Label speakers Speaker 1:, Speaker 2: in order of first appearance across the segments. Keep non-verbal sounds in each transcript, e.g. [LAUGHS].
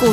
Speaker 1: 股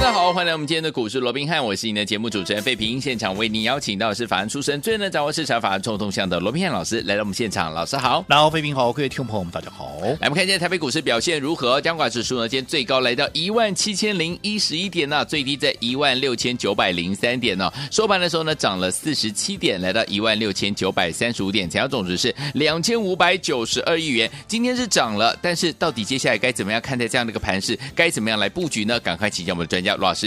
Speaker 2: 家好，欢迎来我们今天的股市罗宾汉，我是你的节目主持人费平。现场为您邀请到的是法案出身、最能掌握市场法案冲动向的罗宾汉老师来到我们现场，老师好。
Speaker 3: 然后，飞平好，各位听众朋友们，大家好。
Speaker 2: 来，我们看一下台北股市表现如何？加管指数呢，今天最高来到一万七千零一十一点呢、最低在一万六千九百零三点呢、收盘的时候呢，涨了四十七点，来到一万六千九百三十五点，成交总值是两千五百九十二亿元。今天是涨了，但是到底接下来该怎么样看待这样的一个盘势？该怎么样来布局呢？赶快请教我们的专家罗老师。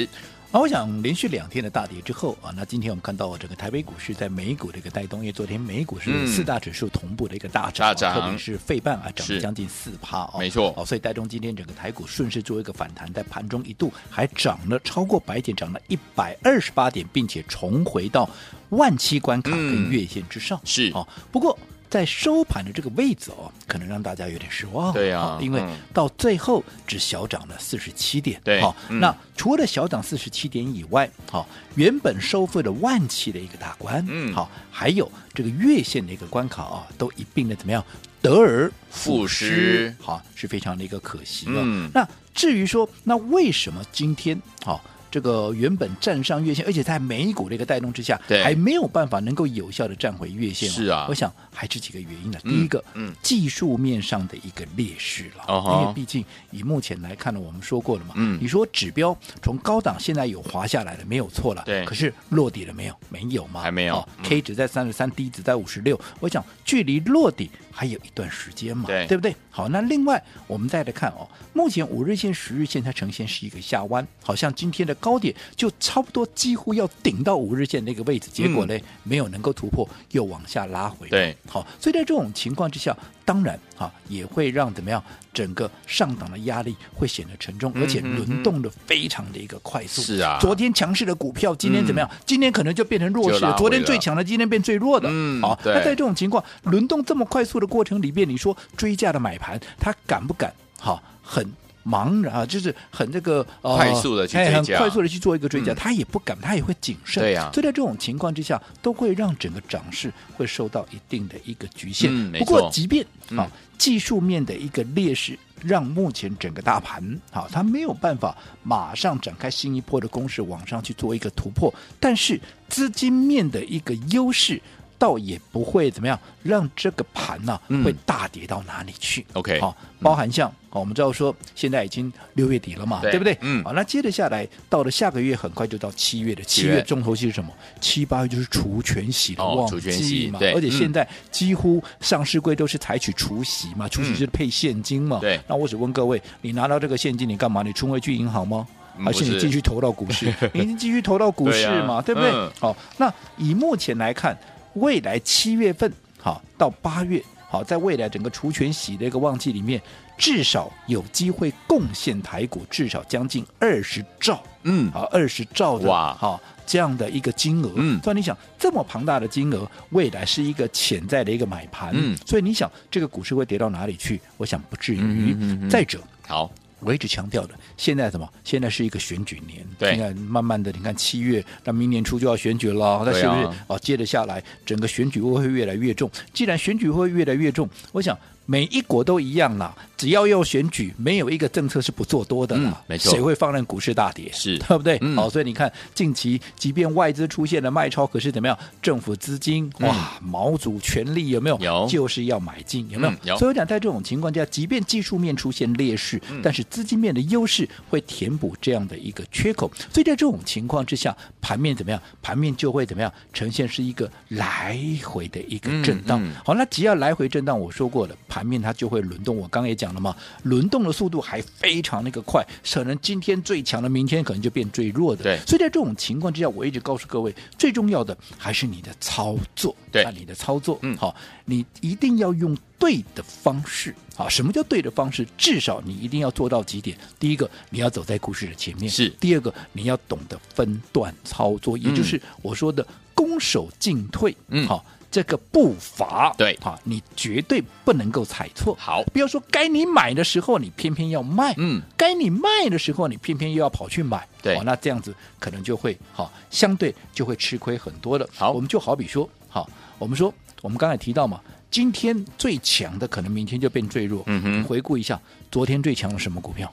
Speaker 3: 啊，我想连续两天的大跌之后啊，那今天我们看到整个台北股市在美股的一个带动，因为昨天美股是
Speaker 2: 嗯
Speaker 3: 四大指数同步的一个大涨，
Speaker 2: 大涨
Speaker 3: 特别是费半啊涨
Speaker 2: 是
Speaker 3: 了将近四趴哦，
Speaker 2: 没错
Speaker 3: 哦，所以带动今天整个台股顺势做一个反弹，在盘中一度还涨了超过百点，涨了一百二十八点，并且重回到万七关卡
Speaker 2: 嗯
Speaker 3: 跟月线之上，
Speaker 2: 是
Speaker 3: 哦，不过。在收盘的这个位置哦，可能让大家有点失望。
Speaker 2: 对啊
Speaker 3: 哦因为
Speaker 2: 嗯
Speaker 3: 到最后只小涨了四十七点。
Speaker 2: 对
Speaker 3: 好、
Speaker 2: 嗯
Speaker 3: 那除了小涨四十七点以外，好、原本收复了万七的一个大关，
Speaker 2: 嗯
Speaker 3: 好、还有这个月线的一个关卡啊，都一并的怎么样得而
Speaker 2: 复
Speaker 3: 复
Speaker 2: 失
Speaker 3: 失，好、是非常的一个可惜了。
Speaker 2: 嗯
Speaker 3: 那至于说，那为什么今天好、这个原本站上月线，而且在美股的一个带动之下
Speaker 2: 对，
Speaker 3: 还没有办法能够有效的站回月线、哦。
Speaker 2: 是啊
Speaker 3: 我想还是几个原因呢。
Speaker 2: 嗯
Speaker 3: 第一个，
Speaker 2: 嗯
Speaker 3: 技术面上的一个劣势了，
Speaker 2: 哦吼
Speaker 3: 因为毕竟以目前来看呢，我们说过了嘛，
Speaker 2: 嗯
Speaker 3: 你说指标从高档现在有滑下来了，没有错了，
Speaker 2: 对
Speaker 3: 可是落底了没有？没有嘛，哦
Speaker 2: 还没有嗯
Speaker 3: K 值在三十三，D 值在五十六，我想距离落底还有一段时间嘛，
Speaker 2: 对
Speaker 3: 对不对？好，那另外我们再来看哦，目前五日线、十日线它呈现是一个下弯，好像今天的高点就差不多几乎要顶到五日线那个位置，结果
Speaker 2: 嗯
Speaker 3: 呢、没有能够突破，又往下拉回。
Speaker 2: 对，
Speaker 3: 好，所以在这种情况之下，当然啊也会让怎么样整个上档的压力会显得沉重，
Speaker 2: 嗯
Speaker 3: 而且
Speaker 2: 嗯
Speaker 3: 轮动的非常的一个快速。
Speaker 2: 是啊嗯
Speaker 3: 昨天强势的股票今天怎么样？今天可能就变成弱势
Speaker 2: 就拉回
Speaker 3: 了
Speaker 2: 了。
Speaker 3: 昨天最强的今天变最弱的。
Speaker 2: 嗯
Speaker 3: 好，
Speaker 2: 对
Speaker 3: 那在这种情况轮动这么快速的过程里面，你说追价的买盘，他敢不敢？好，很。茫然啊，就是很这个呃
Speaker 2: 快速地去
Speaker 3: 哎
Speaker 2: 追
Speaker 3: 很
Speaker 2: 价
Speaker 3: 快速的去做一个追加，
Speaker 2: 嗯
Speaker 3: 他也不敢，他也会谨慎。
Speaker 2: 对呀
Speaker 3: 所以在这种情况之下，都会让整个涨势会受到一定的一个局限。
Speaker 2: 嗯没
Speaker 3: 不
Speaker 2: 错
Speaker 3: 过，即便
Speaker 2: 嗯
Speaker 3: 啊、技术面的一个劣势，让目前整个大盘好、它没有办法马上展开新一波的攻势往上去做一个突破，但是资金面的一个优势。倒也不会怎么样，让这个盘呢、
Speaker 2: 嗯
Speaker 3: 会大跌到哪里去
Speaker 2: OK，嗯
Speaker 3: 好、包含像、哦我们知道说现在已经六月底了嘛，
Speaker 2: 对
Speaker 3: 不对？
Speaker 2: 嗯
Speaker 3: 好、那接着下来到了下个月，很快就到七月了。
Speaker 2: 七
Speaker 3: 七
Speaker 2: 月
Speaker 3: 月重头戏是什么？七八月就是除权息的
Speaker 2: 哦
Speaker 3: 旺
Speaker 2: 除权息
Speaker 3: 季嘛，
Speaker 2: 对
Speaker 3: 而且
Speaker 2: 嗯
Speaker 3: 现在几乎上市柜都是采取除息嘛，除息就是配现金嘛。
Speaker 2: 嗯对
Speaker 3: 那我只问各位，你拿到这个现金你干嘛？你冲回去银行吗？
Speaker 2: 嗯
Speaker 3: 还是
Speaker 2: 不是
Speaker 3: 你继续投到
Speaker 2: [LAUGHS]
Speaker 3: 股市？你已经继续投到股市嘛，
Speaker 2: 对啊
Speaker 3: 对不对？
Speaker 2: 嗯
Speaker 3: 好，那以目前来看，未来七月份好到八月好，在未来整个除权息的一个旺季里面，至少有机会贡献台股至少将近二十兆
Speaker 2: 嗯，
Speaker 3: 啊，二十兆的
Speaker 2: 哇
Speaker 3: 好。这样的一个金额，
Speaker 2: 嗯
Speaker 3: 所以你想这么庞大的金额，未来是一个潜在的一个买盘，
Speaker 2: 嗯
Speaker 3: 所以你想这个股市会跌到哪里去？我想不至于。
Speaker 2: 嗯哼嗯哼
Speaker 3: 再者，
Speaker 2: 好，
Speaker 3: 我一直强调的，现在什么？现在是一个选举年，
Speaker 2: 对
Speaker 3: 你看慢慢的，你看七月，那明年初就要选举了，那
Speaker 2: 对
Speaker 3: 是
Speaker 2: 啊
Speaker 3: 不是啊、接着下来，整个选举会越来越重。既然选举会越来越重，我想每一国都一样啦，只要要选举，没有一个政策是不做多的啦。
Speaker 2: 嗯没错
Speaker 3: 谁会放任股市大跌？
Speaker 2: 是
Speaker 3: 对不对？哦
Speaker 2: 嗯
Speaker 3: 好，所以你看，近期即便外资出现了卖超，可是怎么样？政府资金哇，毛主权力有没有？
Speaker 2: 嗯有
Speaker 3: 就是要买进，有没有？
Speaker 2: 嗯有
Speaker 3: 所以所以我讲，在这种情况下，即便技术面出现劣势，
Speaker 2: 嗯
Speaker 3: 但是资金面的优势会填补这样的一个缺口。所以在这种情况之下，盘面怎么样？盘面就会怎么样？呈现是一个来回的一个震荡。
Speaker 2: 嗯嗯
Speaker 3: 好，那只要来回震荡，我说过了，盘面它就会轮动。我刚刚也讲了嘛，轮动的速度还非常那个快，可能今天最强的，明天可能就变最弱的。
Speaker 2: 对
Speaker 3: 所以在这种情况之下，我一直告诉各位，最重要的还是你的操作。啊
Speaker 2: 对
Speaker 3: 那你的操作，
Speaker 2: 嗯
Speaker 3: 好，你一定要用对的方式。好，什么叫对的方式？至少你一定要做到几点：第一个，你要走在股市的前面；
Speaker 2: 是
Speaker 3: 第二个，你要懂得分段操作，也就是我说的攻守进退，
Speaker 2: 嗯
Speaker 3: 好、这个步伐，
Speaker 2: 对
Speaker 3: 好、你绝对不能够踩错。
Speaker 2: 好，
Speaker 3: 不要说该你买的时候你偏偏要卖，
Speaker 2: 嗯，
Speaker 3: 该你卖的时候你偏偏又要跑去买，哦
Speaker 2: 对
Speaker 3: 好那这样子可能就会好、相对就会吃亏很多的。
Speaker 2: 好
Speaker 3: 我们就好比说，好、我们说我们刚才提到嘛，今天最强的可能明天就变最弱。
Speaker 2: 嗯哼
Speaker 3: 你回顾一下，昨天最强的什么股票？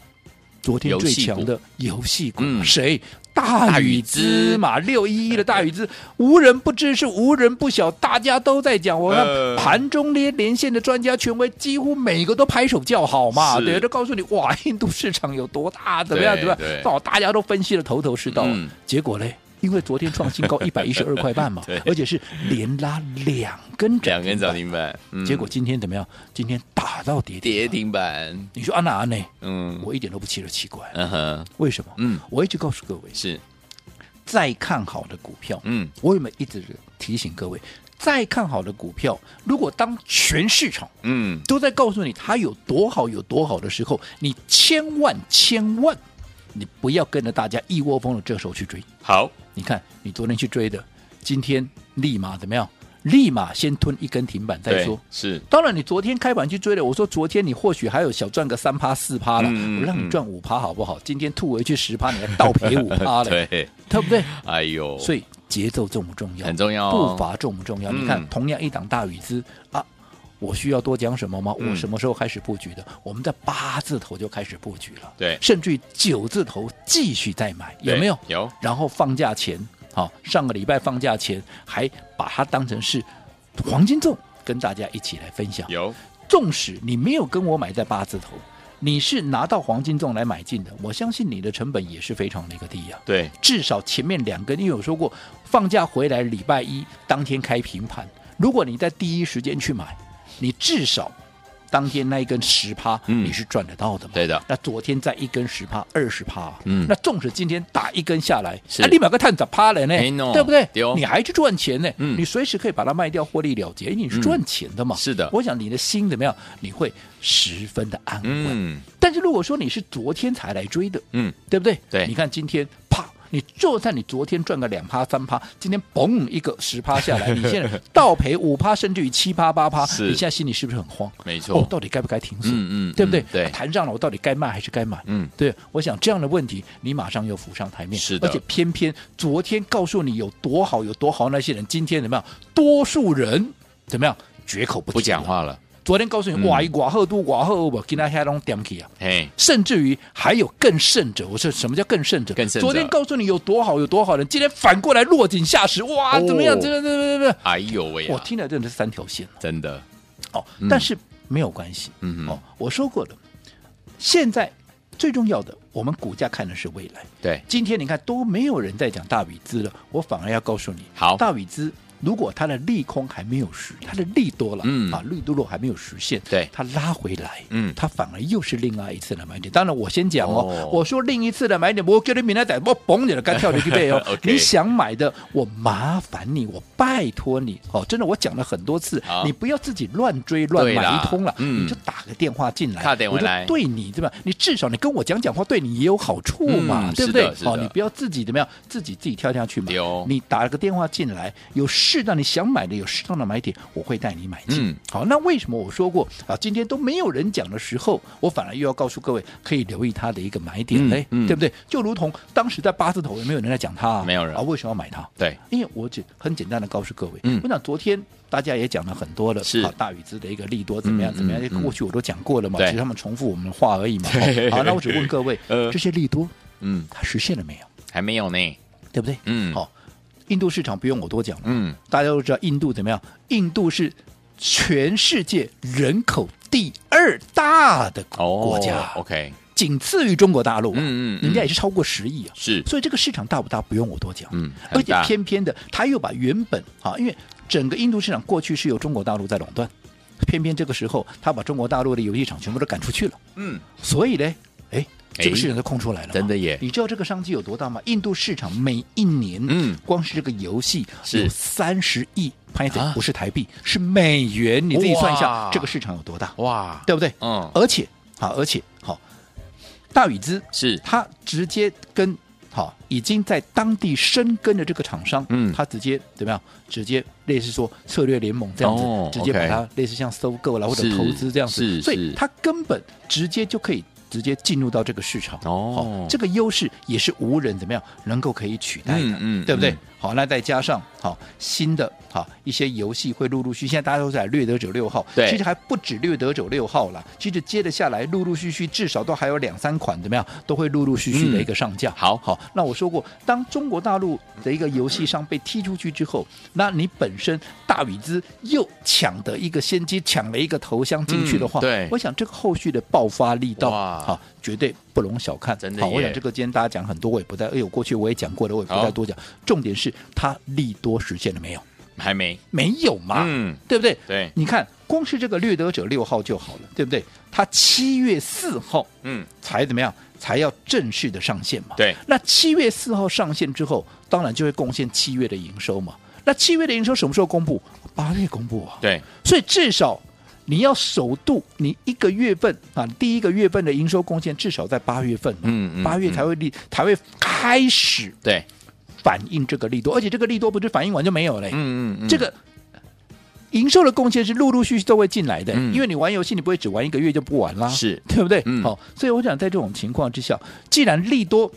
Speaker 3: 昨天
Speaker 2: 游
Speaker 3: 最
Speaker 2: 戏股
Speaker 3: 强的游戏股
Speaker 2: 嗯
Speaker 3: 谁？大
Speaker 2: 禹
Speaker 3: 禹
Speaker 2: 之
Speaker 3: 之嘛，六一一的大禹之，无人不知，是无人不晓，大家都在讲。我
Speaker 2: 呃
Speaker 3: 看盘中连连线的专家权威，几乎每个都拍手叫好嘛，
Speaker 2: 是
Speaker 3: 对，都告诉你哇， [LAUGHS] 印度市场有多大，怎么样，
Speaker 2: 对
Speaker 3: 怎么样
Speaker 2: 对，
Speaker 3: 哦，大家都分析的头头是道
Speaker 2: 嗯。
Speaker 3: 结果嘞，因为昨天创新
Speaker 2: [LAUGHS]
Speaker 3: 高一百一十二块半嘛
Speaker 2: 对，
Speaker 3: 而且是连拉两根
Speaker 2: 两
Speaker 3: 涨
Speaker 2: 根
Speaker 3: 停
Speaker 2: 涨
Speaker 3: 板，
Speaker 2: 停板，嗯
Speaker 3: 结果今天怎么样？今天打到跌停
Speaker 2: 跌
Speaker 3: 板。
Speaker 2: 停板，
Speaker 3: 你说安娜安内，
Speaker 2: 嗯，
Speaker 3: 我一点都不觉得奇怪，
Speaker 2: 嗯哼，
Speaker 3: 为什么？
Speaker 2: 嗯，
Speaker 3: 我一直告诉各位，
Speaker 2: 是，
Speaker 3: 再看好的股票，
Speaker 2: 嗯，
Speaker 3: 我有没有一直提醒各位，再看好的股票，如果当全市场
Speaker 2: 嗯，
Speaker 3: 都在告诉你它有多好、有多好的时候，你千万千万，你不要跟着大家一窝蜂的这时候去追。
Speaker 2: 好，
Speaker 3: 你看，你昨天去追的，今天立马怎么样？立马先吞一根停板再
Speaker 2: 对
Speaker 3: 说。
Speaker 2: 是，
Speaker 3: 当然，你昨天开盘去追了，我说昨天你或许还有小赚个三趴四趴了，
Speaker 2: 嗯嗯
Speaker 3: 我让
Speaker 2: 嗯
Speaker 3: 你赚五趴好不好？今天吐回去十趴，你还倒赔五趴啊
Speaker 2: [LAUGHS]
Speaker 3: 嘞，
Speaker 2: 对，
Speaker 3: 对不对？
Speaker 2: 哎呦，
Speaker 3: 所以节奏重不重要？
Speaker 2: 很重要哦
Speaker 3: 步伐重不重要？
Speaker 2: 嗯
Speaker 3: 你看，同样一档大禹资啊，我需要多讲什么吗？
Speaker 2: 嗯
Speaker 3: 我什么时候开始布局的？我们在八字头就开始布局了，
Speaker 2: 对
Speaker 3: 甚至于九字头继续再买，有
Speaker 2: 对
Speaker 3: 没有？
Speaker 2: 有，
Speaker 3: 然后放假前，好、上个礼拜放假前还把它当成是黄金粽，跟大家一起来分享。
Speaker 2: 有，
Speaker 3: 纵使你没有跟我买在八字头，你是拿到黄金粽来买进的，我相信你的成本也是非常的一个低啊呀、
Speaker 2: 对，
Speaker 3: 至少前面两根，因为我说过，放假回来礼拜一当天开平盘，如果你在第一时间去买，你至少当天那一根十趴，
Speaker 2: 嗯
Speaker 3: 你是赚得到的嘛？
Speaker 2: 对的
Speaker 3: 那昨天在一根十趴、二十趴，
Speaker 2: 嗯
Speaker 3: 那纵使今天打一根下来，
Speaker 2: 是
Speaker 3: 啊，立马个探涨趴了呢
Speaker 2: 哎喏，
Speaker 3: 对不对
Speaker 2: 对哦？
Speaker 3: 你还去赚钱呢，
Speaker 2: 嗯
Speaker 3: 你随时可以把它卖掉获利了结，你是
Speaker 2: 嗯
Speaker 3: 赚钱的嘛？
Speaker 2: 是的
Speaker 3: 我想你的心怎么样？你会十分的安稳。
Speaker 2: 嗯，
Speaker 3: 但是如果说你是昨天才来追的，
Speaker 2: 嗯，
Speaker 3: 对不对？
Speaker 2: 对
Speaker 3: 你看今天啪，你就算你昨天赚个两趴三趴，今天嘣一个十
Speaker 2: [LAUGHS]
Speaker 3: 趴下来，你现在倒赔五趴，甚至于七趴八趴，
Speaker 2: 是
Speaker 3: 你现在心里是不是很慌？
Speaker 2: 没
Speaker 3: 哦
Speaker 2: 错，，
Speaker 3: 到底该不该停损？
Speaker 2: 嗯嗯
Speaker 3: 对不对
Speaker 2: 嗯？对
Speaker 3: 啊谈上了，我到底该卖还是该买？
Speaker 2: 嗯，
Speaker 3: 对，我想这样的问题，你马上又浮上台面。
Speaker 2: 是的
Speaker 3: 而且偏偏昨天告诉你有多好有多好，那些人今天怎么样？多数人怎么样？绝口不提
Speaker 2: 不讲
Speaker 3: 了。
Speaker 2: 话了，
Speaker 3: 昨天告诉你，
Speaker 2: 嗯
Speaker 3: 哇，一寡赫都寡赫，我今天黑龙点起啊。
Speaker 2: 嘿，
Speaker 3: 甚至于还有更甚者，我说什么叫更甚者？
Speaker 2: 更甚者
Speaker 3: 昨天告诉你有多好有多好的，今天反过来落井下石，哇，
Speaker 2: 哦
Speaker 3: 怎么样？怎么样？怎么样？怎么样？
Speaker 2: 哎呦喂
Speaker 3: 我
Speaker 2: 啊，
Speaker 3: 听了真的是三条线了
Speaker 2: 真的，
Speaker 3: 哦
Speaker 2: 嗯，
Speaker 3: 但是没有关系，
Speaker 2: 嗯
Speaker 3: 哦
Speaker 2: 哼，，
Speaker 3: 我说过了，现在最重要的，我们股价看的是未来。
Speaker 2: 对，
Speaker 3: 今天你看都没有人在讲大禹资了，我反而要告诉你，
Speaker 2: 好
Speaker 3: 大禹资如果它的利空还没有实，它的利多了，
Speaker 2: 嗯
Speaker 3: 啊，利多了还没有实现，
Speaker 2: 对
Speaker 3: 它拉回来，
Speaker 2: 嗯
Speaker 3: 它反而又是另外一次的买点。当然，我先讲哦，
Speaker 2: 哦
Speaker 3: 我说另一次的买点，我觉得明天仔我嘣你了，该跳进去背哦
Speaker 2: [LAUGHS] OK
Speaker 3: 你想买的，我麻烦你，我拜托你哦，真的，我讲了很多次
Speaker 2: 好，
Speaker 3: 你不要自己乱追乱
Speaker 2: 对
Speaker 3: 买
Speaker 2: 啦
Speaker 3: 一通了，
Speaker 2: 嗯
Speaker 3: 你就打个电话进来，
Speaker 2: 打电话
Speaker 3: 我就
Speaker 2: 来
Speaker 3: 对你对吧？你至少你跟我讲讲话，对你也有好处啊嘛，
Speaker 2: 嗯
Speaker 3: 对
Speaker 2: 是
Speaker 3: 不对
Speaker 2: 的？是
Speaker 3: 哦，
Speaker 2: 的
Speaker 3: 你不要自己怎么样，自己自己跳下去买
Speaker 2: 对哦。
Speaker 3: 你打了个电话进来，有适当你想买的有适当的买点，我会带你买进。
Speaker 2: 嗯
Speaker 3: 好，那为什么我说过啊？今天都没有人讲的时候，我反而又要告诉各位，可以留意它的一个买点
Speaker 2: 嗯
Speaker 3: 嘞，
Speaker 2: 嗯
Speaker 3: 对不对？就如同当时在八字头，有没有人在讲它、啊？
Speaker 2: 没有人
Speaker 3: 啊，为什么要买它？
Speaker 2: 对，
Speaker 3: 因为我只很简单的告诉各位，
Speaker 2: 嗯
Speaker 3: 我想昨天大家也讲了很多了，
Speaker 2: 是
Speaker 3: 啊大禹资的一个利多怎么样
Speaker 2: 嗯
Speaker 3: 怎么样，
Speaker 2: 嗯嗯
Speaker 3: 过去我都讲过了嘛，
Speaker 2: 对
Speaker 3: 其实他们重复我们的话而已嘛。
Speaker 2: 对
Speaker 3: 哦好，那我只问各位，
Speaker 2: [LAUGHS] 呃
Speaker 3: 这些利多
Speaker 2: 嗯，
Speaker 3: 它实现了没有？
Speaker 2: 还没有呢，
Speaker 3: 对不对？
Speaker 2: 嗯，
Speaker 3: 好、，印度市场不用我多讲了，
Speaker 2: 嗯，
Speaker 3: 大家都知道印度怎么样？印度是全世界人口第二大的
Speaker 2: 哦，
Speaker 3: 国家，
Speaker 2: ，OK，
Speaker 3: 仅次于中国大陆、啊，
Speaker 2: 嗯嗯嗯
Speaker 3: 人家也是超过十亿啊。
Speaker 2: 是，
Speaker 3: 所以这个市场大不大不用我多讲，
Speaker 2: 嗯很
Speaker 3: 而且
Speaker 2: 大
Speaker 3: 偏偏的他又把原本啊，因为整个印度市场过去是由中国大陆在垄断，偏偏这个时候他把中国大陆的游戏厂全部都赶出去了，
Speaker 2: 嗯，
Speaker 3: 所以呢，哎，这
Speaker 2: 哎
Speaker 3: 个市场就空出来了嘛，
Speaker 2: 真的耶
Speaker 3: 你知道这个商机有多大吗？印度市场每一年，
Speaker 2: 嗯
Speaker 3: 光是这个游戏
Speaker 2: 是
Speaker 3: 有三十亿，潘姐
Speaker 2: 啊
Speaker 3: 不是台币，是美元，你自己算一
Speaker 2: 哇
Speaker 3: 下这个市场有多大，
Speaker 2: 哇，
Speaker 3: 对不对？
Speaker 2: 嗯，
Speaker 3: 而且，好，而且好，大禹资
Speaker 2: 是，
Speaker 3: 他直接跟好，已经在当地生根的这个厂商，
Speaker 2: 嗯
Speaker 3: 他直接怎么样？直接类似说策略联盟这样子，
Speaker 2: 哦
Speaker 3: 直接把
Speaker 2: OK
Speaker 3: 它类似像收购啊啦或者
Speaker 2: 是
Speaker 3: 投资这样子
Speaker 2: 是，
Speaker 3: 所
Speaker 2: 是
Speaker 3: 以他根本直接就可以直接进入到这个市场。
Speaker 2: 哦
Speaker 3: 好这个优势也是无人怎么样能够可以取代的，
Speaker 2: 嗯嗯
Speaker 3: 对不对？
Speaker 2: 嗯
Speaker 3: 好，那再加上好新的好一些游戏会陆陆续，现在大家都在掠夺者六号，
Speaker 2: 对
Speaker 3: 其实还不止掠夺者六号啦，其实接着下来陆陆续续至少都还有两三款怎么样，都会陆陆续续的一个上架。
Speaker 2: 嗯好
Speaker 3: 好，那我说过，当中国大陆的一个游戏商被踢出去之后，那你本身大禹资又抢得一个先机，抢了一个头香进去的话，
Speaker 2: 嗯对
Speaker 3: 我想这个后续的爆发力道，
Speaker 2: 哇
Speaker 3: 好，绝对不容小看。
Speaker 2: 真的
Speaker 3: 好，我
Speaker 2: 耶
Speaker 3: 想这个今天大家讲很多，我也不再，哎呦，过去我也讲过的，我也不
Speaker 2: 好
Speaker 3: 再多讲。重点是它利多实现了没有？
Speaker 2: 还没，
Speaker 3: 没有嘛，
Speaker 2: 嗯，
Speaker 3: 对不对？
Speaker 2: 对，
Speaker 3: 你看，光是这个掠夺者六号就好了，对不对？它七月四号
Speaker 2: 嗯，
Speaker 3: 才怎么样？才要正式的上线嘛。
Speaker 2: 对，
Speaker 3: 那七月四号上线之后，当然就会贡献七月的营收嘛。那七月的营收什么时候公布？八月公布啊。
Speaker 2: 对，
Speaker 3: 所以至少你要首度，你一个月份啊，第一个月份的营收贡献至少在八月份嘛，
Speaker 2: 嗯嗯
Speaker 3: 八月才会利、才会开始
Speaker 2: 对，
Speaker 3: 反映这个利多，而且这个利多不是反映完就没有了、
Speaker 2: 嗯嗯
Speaker 3: 这个。营收的贡献是陆陆续续都会进来的，
Speaker 2: 嗯
Speaker 3: 因为你玩游戏，你不会只玩一个月就不玩啦，
Speaker 2: 是
Speaker 3: 对不对？
Speaker 2: 嗯
Speaker 3: 好，所以我想在这种情况之下，既然利多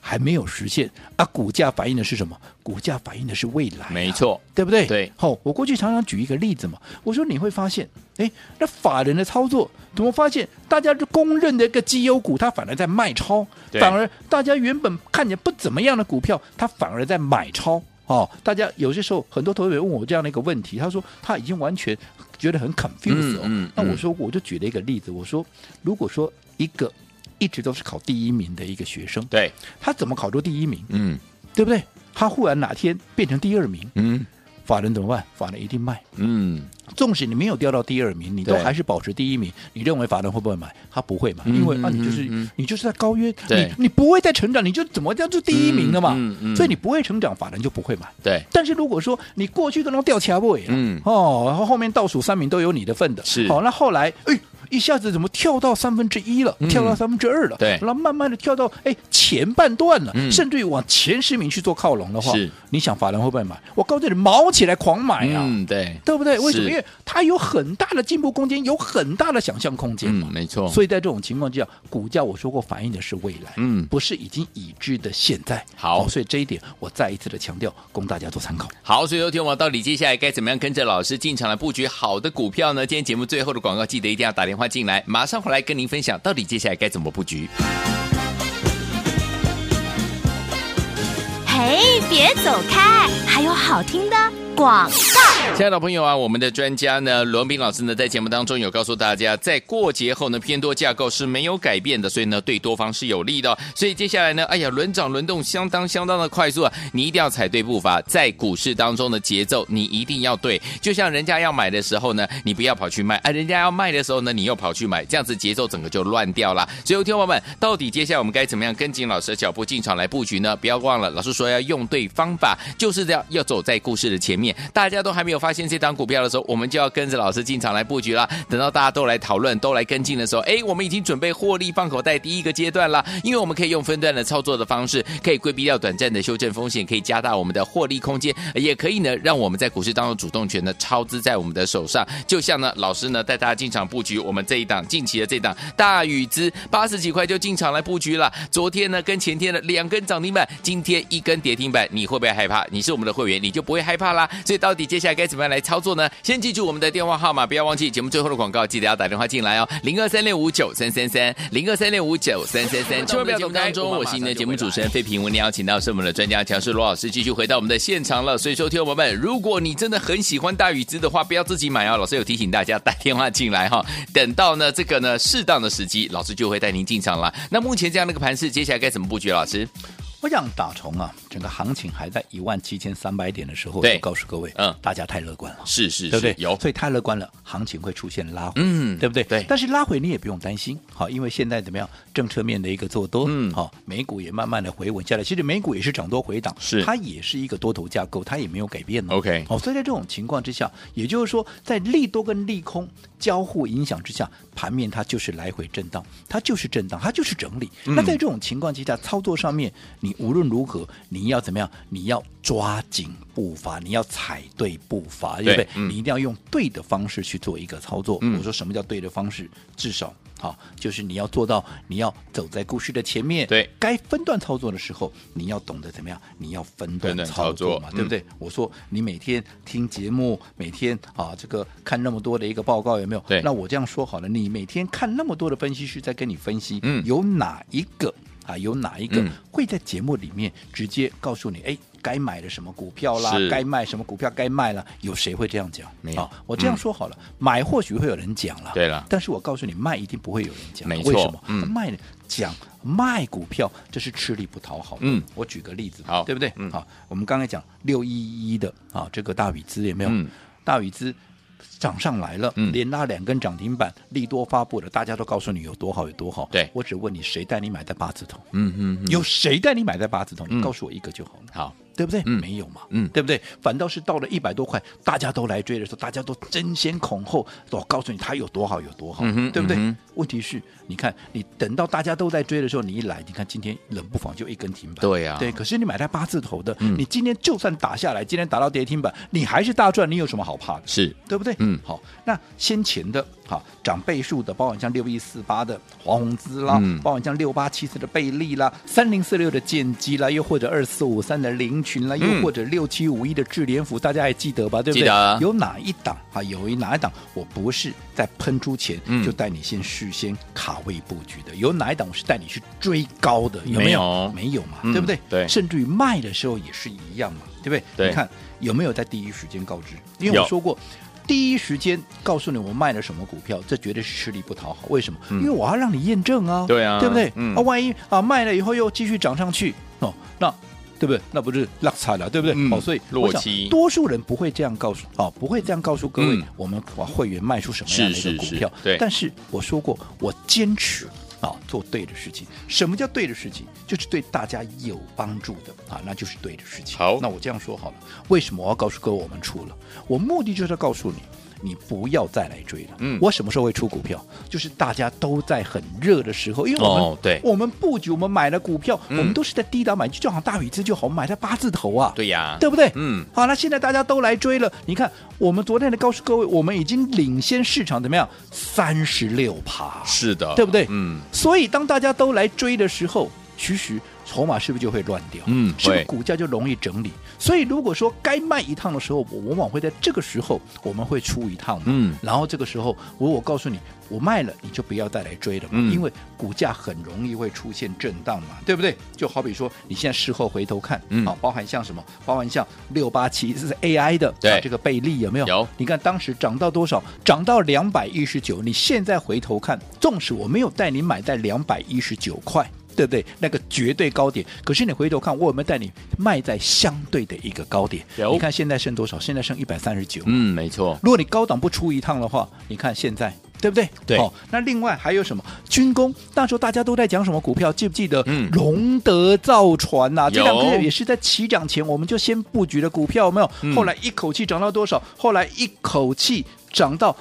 Speaker 3: 还没有实现啊，股价反映的是什么？股价反映的是未来、
Speaker 2: 没。错，
Speaker 3: 对不对？
Speaker 2: 对
Speaker 3: 好、我过去常常举一个例子嘛，我说你会发现，哎，那法人的操作怎么发现大家就公认的一个绩优股，它反而在卖超，
Speaker 2: 对
Speaker 3: 反而大家原本看起来不怎么样的股票，它反而在买超。哦，大家有些时候很多投资者问我这样的一个问题，他说他已经完全觉得很 confused 哦。
Speaker 2: 嗯嗯
Speaker 3: 那我
Speaker 2: 嗯
Speaker 3: 说我就举了一个例子，我说如果说一个一直都是考第一名的一个学生，
Speaker 2: 对，
Speaker 3: 他怎么考出第一名，
Speaker 2: 嗯
Speaker 3: 对不对？他忽然哪天变成第二名，
Speaker 2: 嗯
Speaker 3: 法人怎么办？法人一定卖。
Speaker 2: 嗯，
Speaker 3: 纵使你没有掉到第二名，你都
Speaker 2: 对
Speaker 3: 还是保持第一名，你认为法人会不会买？他不会买，
Speaker 2: 嗯
Speaker 3: 因为啊，
Speaker 2: 嗯
Speaker 3: 你就是、
Speaker 2: 嗯嗯
Speaker 3: 你就是在高约，
Speaker 2: 对
Speaker 3: 你你不会再成长，你就怎么叫就第一名了嘛？
Speaker 2: 嗯嗯嗯
Speaker 3: 所以你不会成长，法人就不会买。
Speaker 2: 对，
Speaker 3: 但是如果说你过去跟他掉卡位，
Speaker 2: 嗯
Speaker 3: 哦，然后后面倒数三名都有你的份的，
Speaker 2: 是
Speaker 3: 好、那后来哎。一下子怎么跳到三分之一了？
Speaker 2: 嗯
Speaker 3: 跳到三分之二了？
Speaker 2: 对
Speaker 3: 然后慢慢的跳到哎前半段了，
Speaker 2: 嗯
Speaker 3: 甚至于往前十名去做靠拢的话
Speaker 2: 是，
Speaker 3: 你想法人会不会买？我告诉你，毛起来狂买啊！
Speaker 2: 嗯对，
Speaker 3: 对不对？为什么？
Speaker 2: 是
Speaker 3: 因为它有很大的进步空间，有很大的想象空间嘛。
Speaker 2: 嗯没错，
Speaker 3: 所以在这种情况之下，股价我说过反映的是未来，
Speaker 2: 嗯
Speaker 3: 不是已经已知的现在。哦
Speaker 2: 好
Speaker 3: 所以这一点我再一次的强调，供大家做参考。
Speaker 2: 好，所以有听我到底接下来该怎么样跟着老师进场来布局好的股票呢？今天节目最后的广告，记得一定要打电话进来，马上回来跟您分享到底接下来该怎么布局。
Speaker 1: 嘿，别走开，还有好听的广告。
Speaker 2: 亲爱的朋友啊，我们的专家呢，罗文斌老师呢，在节目当中有告诉大家，在过节后呢，偏多架构是没有改变的，所以呢，对多方是有利的哦、所以接下来呢，哎呀，轮涨轮动相当相当的快速啊，你一定要踩对步伐，在股市当中的节奏你一定要对。就像人家要买的时候呢，你不要跑去卖；啊，人家要卖的时候呢，你又跑去买，这啊样子节奏整个就乱掉了。所以，听众朋友们，到底接下来我们该怎么样跟紧老师的脚步进场来布局呢？不要忘了，老师说要用对方法，就是这样，要走在故事的前面。大家都还没有发现这档股票的时候，我们就要跟着老师进场来布局啦。等到大家都来讨论、都来跟进的时候，哎，我们已经准备获利放口袋第一个阶段啦。因为我们可以用分段的操作的方式，可以规避掉短暂的修正风险，可以加大我们的获利空间，也可以呢让我们在股市当中主动权呢超支在我们的手上。就像呢老师呢带大家进场布局我们这一档近期的这档大禹资八十几块就进场来布局了。昨天呢跟前天的两根涨停板，今天一根跌停板，你会不会害怕？你是我们的会员，你就不会害怕啦。所以到底接下来该怎么样来操作呢？先记住我们的电话号码，不要忘记节目最后的广告，记得要打电话进来哦，零二三六五九三三三，零二三六五九三三三。千万不要走开，中，我是您的节目主持人费平，为您邀请到是我们的专家强势罗老师，继续回到我们的现场了。所以，说，听众朋友们，如果你真的很喜欢大禹资的话，不要自己买哦，老师有提醒大家打电话进来哈、 [LAUGHS] 等到呢这个呢适当的时机，老师就会带您进场了。那目前这样的一个盘势，接下来该怎么布局？老师，
Speaker 3: 我想打从啊，整个行情还在一万七千三百点的时候，
Speaker 2: 对
Speaker 3: 我就告诉各位，
Speaker 2: 嗯
Speaker 3: 大家太乐观了。
Speaker 2: 是是
Speaker 3: 对不对？
Speaker 2: 有
Speaker 3: 所以太乐观了，行情会出现拉回，
Speaker 2: 嗯
Speaker 3: 对不对？
Speaker 2: 对
Speaker 3: 但是拉回你也不用担心，好，因为现在怎么样，政策面的一个做多，
Speaker 2: 嗯
Speaker 3: 好，美股也慢慢的回稳下来。其实美股也是涨多回档，
Speaker 2: 是
Speaker 3: 它也是一个多头架构，它也没有改变呢。哦
Speaker 2: OK
Speaker 3: 好，所以在这种情况之下，也就是说，在利多跟利空交互影响之下，盘面
Speaker 2: 嗯
Speaker 3: 它就是来回震荡，它就是震荡，它就是整理。那在这种情况之下，操作上面你你无论如何你要怎么样，你要抓紧步伐，你要踩对步伐，对不对？
Speaker 2: 嗯
Speaker 3: 你一定要用对的方式去做一个操作。
Speaker 2: 嗯
Speaker 3: 我说什么叫对的方式？至少好，就是你要做到，你要走在故事的前面，
Speaker 2: 对
Speaker 3: 该分段操作的时候，你要懂得怎么样，你要分段
Speaker 2: 分段操
Speaker 3: 操作
Speaker 2: 作
Speaker 3: 嘛，
Speaker 2: 嗯
Speaker 3: 对不对？我说你每天听节目，每天啊这个看那么多的一个报告有没有？
Speaker 2: 对
Speaker 3: 那我这样说好了，你每天看那么多的分析师在跟你分析，
Speaker 2: 嗯
Speaker 3: 有哪一个啊有哪一个
Speaker 2: 嗯
Speaker 3: 会在节目里面直接告诉你，哎，该买的什么股票啦
Speaker 2: 是，
Speaker 3: 该卖什么股票该卖了，有谁会这样讲？
Speaker 2: 没有嗯
Speaker 3: 啊，我这样说好了，买或许会有人讲了，
Speaker 2: 对了
Speaker 3: 但是我告诉你，卖一定不会有人讲了，
Speaker 2: 没错
Speaker 3: 为什么？
Speaker 2: 嗯
Speaker 3: 卖呢讲卖股票这是吃力不讨好的，
Speaker 2: 嗯
Speaker 3: 我举个例子嘛，
Speaker 2: 好
Speaker 3: 对不对？
Speaker 2: 嗯
Speaker 3: 好，我们刚才讲六一一的啊，这个大禹资有没有？
Speaker 2: 嗯
Speaker 3: 大禹资涨上来了，
Speaker 2: 嗯
Speaker 3: 连拉两根涨停板，利多发布了，大家都告诉你有多好有多好。
Speaker 2: 对
Speaker 3: 我只问你，谁带你买在八字头？
Speaker 2: 嗯嗯，
Speaker 3: 有谁带你买在八字头？
Speaker 2: 嗯
Speaker 3: 你告诉我一个就好了。
Speaker 2: 好，
Speaker 3: 对不对？
Speaker 2: 嗯
Speaker 3: 没有嘛，
Speaker 2: 嗯
Speaker 3: 对不对？反倒是到了一百多块，大家都来追的时候，大家都争先恐后，我告诉你它有多好有多好，
Speaker 2: 嗯哼
Speaker 3: 对不对？
Speaker 2: 嗯
Speaker 3: 问题是，你看你等到大家都在追的时候，你一来，你看今天冷不防就一根停板，
Speaker 2: 对呀
Speaker 3: 对。可是你买在八字头的，
Speaker 2: 嗯
Speaker 3: 你今天就算打下来，今天打到跌停板，你还是大赚，你有什么好怕的？
Speaker 2: 是
Speaker 3: 对不对？
Speaker 2: 嗯
Speaker 3: 好，那先前的好长倍数的，包含像六一四八的华宏资啦，
Speaker 2: 嗯
Speaker 3: 包含像六八七四的贝利啦，三零四六的建机啦，又或者二四五三的林群啦，
Speaker 2: 嗯
Speaker 3: 又或者六七五一的智联福，大家还记得吧？对不
Speaker 2: 记
Speaker 3: 对
Speaker 2: 得啊？
Speaker 3: 有哪一档啊？有一哪一档我不是在喷出前、
Speaker 2: 嗯
Speaker 3: 就带你先事先卡位布局的？有哪一档我是带你去追高的？有没有？
Speaker 2: 没
Speaker 3: 没有嘛，
Speaker 2: 嗯
Speaker 3: 对不对？
Speaker 2: 对
Speaker 3: 甚至于卖的时候也是一样嘛，对不对？
Speaker 2: 对
Speaker 3: 你看有没有在第一时间告知？因为
Speaker 2: 有
Speaker 3: 我说过，第一时间告诉你我卖了什么股票，这绝对是吃力不讨好。为什么？
Speaker 2: 嗯
Speaker 3: 因为我要让你验证啊，
Speaker 2: 对啊
Speaker 3: 对不对？
Speaker 2: 嗯
Speaker 3: 啊，万一啊卖了以后又继续涨上去哦，那。对不对？那不是落差了，对不对？
Speaker 2: 嗯
Speaker 3: 哦，所以
Speaker 2: 落
Speaker 3: 我想
Speaker 2: 期
Speaker 3: 多数人不会这样告诉哦，不会这样告诉各位，
Speaker 2: 嗯
Speaker 3: 我们把会员卖出什么样的一
Speaker 2: 是
Speaker 3: 个
Speaker 2: 是
Speaker 3: 股
Speaker 2: 是
Speaker 3: 票。
Speaker 2: 对
Speaker 3: 但是我说过，我坚持啊做对的事情。什么叫对的事情？就是对大家有帮助的啊，那就是对的事情。
Speaker 2: 好
Speaker 3: 那我这样说好了，为什么我要告诉各位我们出了？我目的就是要告诉你。你不要再来追了。
Speaker 2: 嗯
Speaker 3: 我什么时候会出股票？就是大家都在很热的时候，因为我们、
Speaker 2: 哦对
Speaker 3: 我们布局，我们买了股票，
Speaker 2: 嗯
Speaker 3: 我们都是在低档买，就好像大禹资就好，我们买在八字头啊。
Speaker 2: 对呀，
Speaker 3: 对不对？
Speaker 2: 嗯，
Speaker 3: 好，那现在大家都来追了。你看，我们昨天的告诉各位，我们已经领先市场怎么样？三十六趴，
Speaker 2: 是的，
Speaker 3: 对不对
Speaker 2: 嗯，
Speaker 3: 所以当大家都来追的时候，其实筹码是不是就会乱掉？
Speaker 2: 嗯
Speaker 3: 是不
Speaker 2: 会
Speaker 3: 是股价就容易整理？所以如果说该卖一趟的时候，我往往会在这个时候我们会出一趟嘛。
Speaker 2: 嗯
Speaker 3: 然后这个时候我我告诉你，我卖了你就不要再来追了嘛，
Speaker 2: 嗯
Speaker 3: 因为股价很容易会出现震荡嘛，对不对？就好比说你现在事后回头看，
Speaker 2: 嗯
Speaker 3: 啊，包含像什么，包含像六八七这是 AI 的，
Speaker 2: 对
Speaker 3: 啊这个贝利有没有？
Speaker 2: 有
Speaker 3: 你看当时涨到多少？涨到两百一十九。你现在回头看，纵使我没有带你买在两百一十九块。对不对？那个绝对高点，可是你回头看，我有没有带你卖在相对的一个高点？
Speaker 2: 有
Speaker 3: 你看现在剩多少？现在剩一百三十九。
Speaker 2: 嗯，没错，
Speaker 3: 如果你高档不出一趟的话，你看现在对不对？
Speaker 2: 对
Speaker 3: 好、那另外还有什么军工？那时候大家都在讲什么股票？记不记得？
Speaker 2: 嗯
Speaker 3: 荣德造船呐、这
Speaker 2: 有
Speaker 3: 两个也是在起涨前我们就先布局的股票，有没有？
Speaker 2: 嗯
Speaker 3: 后来一口气涨到多少？后来一口气涨到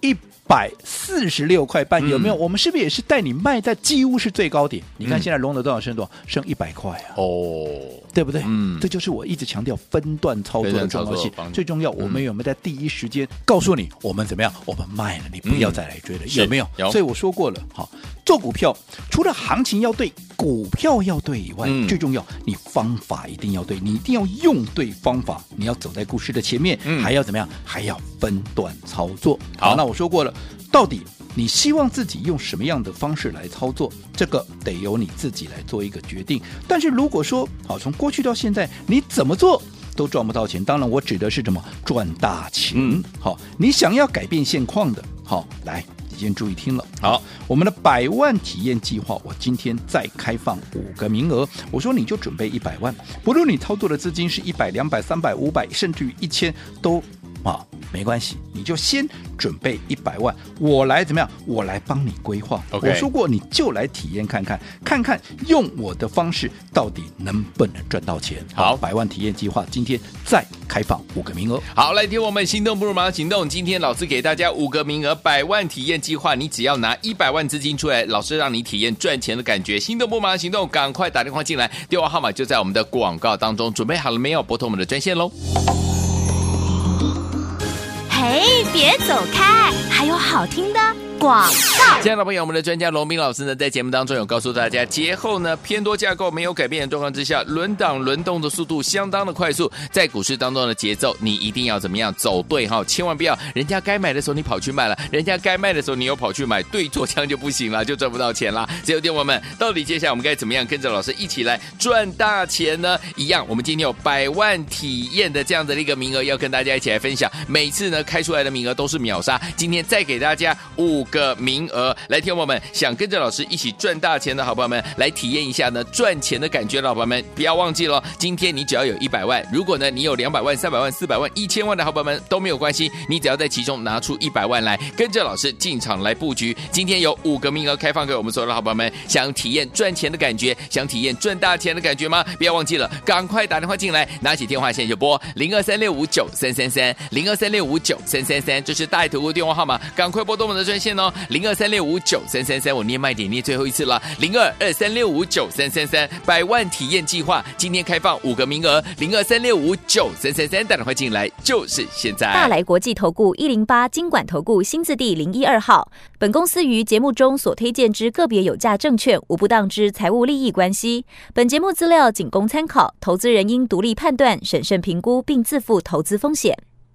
Speaker 3: 一。百四十六块半
Speaker 2: 嗯
Speaker 3: 有没有？我们是不是也是带你卖在几乎是最高点？你看
Speaker 2: 嗯
Speaker 3: 现在荣德多少剩多少？剩一百块啊！
Speaker 2: 哦，
Speaker 3: 对不对？
Speaker 2: 嗯
Speaker 3: 这就是我一直强调分段操作的重
Speaker 2: 分段
Speaker 3: 要
Speaker 2: 操作
Speaker 3: 性
Speaker 2: 的帮。
Speaker 3: 最重要，我们有没有在第一时间告诉你我们怎么样？我们卖了，你不要再来追了，
Speaker 2: 是
Speaker 3: 有没有？
Speaker 2: 嗯有
Speaker 3: 所以我说过了，好，做股票除了行情要对、股票要对以外，
Speaker 2: 嗯
Speaker 3: 最重要你方法一定要对，你一定要用对方法，你要走在故事的前面，
Speaker 2: 嗯
Speaker 3: 还要怎么样？还要分段操作。
Speaker 2: 好
Speaker 3: 那我说过了，到底。你希望自己用什么样的方式来操作？这个得由你自己来做一个决定。但是如果说，好，从过去到现在，你怎么做都赚不到钱。当然，我指的是什么？赚大钱。
Speaker 2: 嗯
Speaker 3: 好，你想要改变现况的，好，来，你先注意听了。
Speaker 2: 好，
Speaker 3: 我们的百万体验计划，我今天再开放五个名额。我说你就准备一百万，不论你操作的资金是一百、两百、三百、五百，甚至于一千，都啊没关系，你就先准备一百万，我来怎么样？我来帮你规划。
Speaker 2: OK
Speaker 3: 我说过，你就来体验看看，看看用我的方式到底能不能赚到钱。
Speaker 2: 好
Speaker 3: 百万体验计划今天再开放五个名额。
Speaker 2: 好，来听我们心动不如马上行动。今天老师给大家五个名额，百万体验计划，你只要拿一百万资金出来，老师让你体验赚钱的感觉。心动不如马上行动，赶快打电话进来，电话号码就在我们的广告当中。准备好了没有？拨通我们的专线喽。
Speaker 1: 嘿，别走开，还有好听的广告。
Speaker 2: 亲爱的朋友我们的专家龙斌老师呢，在节目当中有告诉大家，节后呢偏多架构没有改变的状况之下，轮档轮动的速度相当的快速，在股市当中的节奏，你一定要怎么样走对哈，千万不要人家该买的时候你跑去卖了，人家该卖的时候你又跑去买，对做这样就不行了，就赚不到钱啦。只有电友们，到底接下来我们该怎么样跟着老师一起来赚大钱呢？一样，我们今天有百万体验的这样的一个名额要跟大家一起来分享，每次呢开出来的名额都是秒杀，今天再给大家五个名额。来，听众朋友们，想跟着老师一起赚大钱的好朋友们，来体验一下呢赚钱的感觉的好朋友们，不要忘记了，今天你只要有一百万，如果呢你有两百万、三百万、四百万、一千万的好朋友们都没有关系，你只要在其中拿出一百万来，跟着老师进场来布局。今天有五个名额开放给我们所有的好朋友们，想体验赚钱的感觉，想体验赚大钱的感觉吗？不要忘记了，赶快打电话进来，拿起电话线就拨零二三六五九三三三零二三六五九三三三，这是大头哥电话号码，赶快拨动我们的专线哦，零二三六五九三三三，我念慢一点，念最后一次了，零二二三六五九三三三，百万体验计划今天开放五个名额，零二三六五九三三三，打电话进来就是现在。
Speaker 4: 大来国际投顾一零八金管投顾新字第零一二号。本公司于节目中所推荐之个别有价证券，无不当之财务利益关系。本节目资料仅供参考，投资人应独立判断、审慎评估，并自负投资风险。